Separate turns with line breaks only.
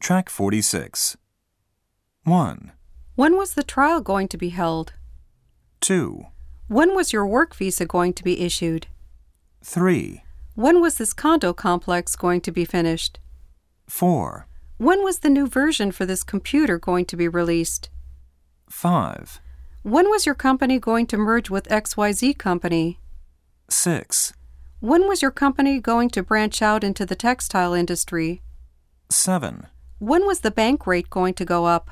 Track 46. 1,
When was the trial going to be held?
2,
When was your work visa going to be issued?
3,
When was this condo complex going to be finished?
4,
When was the new version for this computer going to be released?
5,
When was your company going to merge with XYZ Company?
6,
When was your company going to branch out into the textile industry?
7,
When was the bank rate going to go up?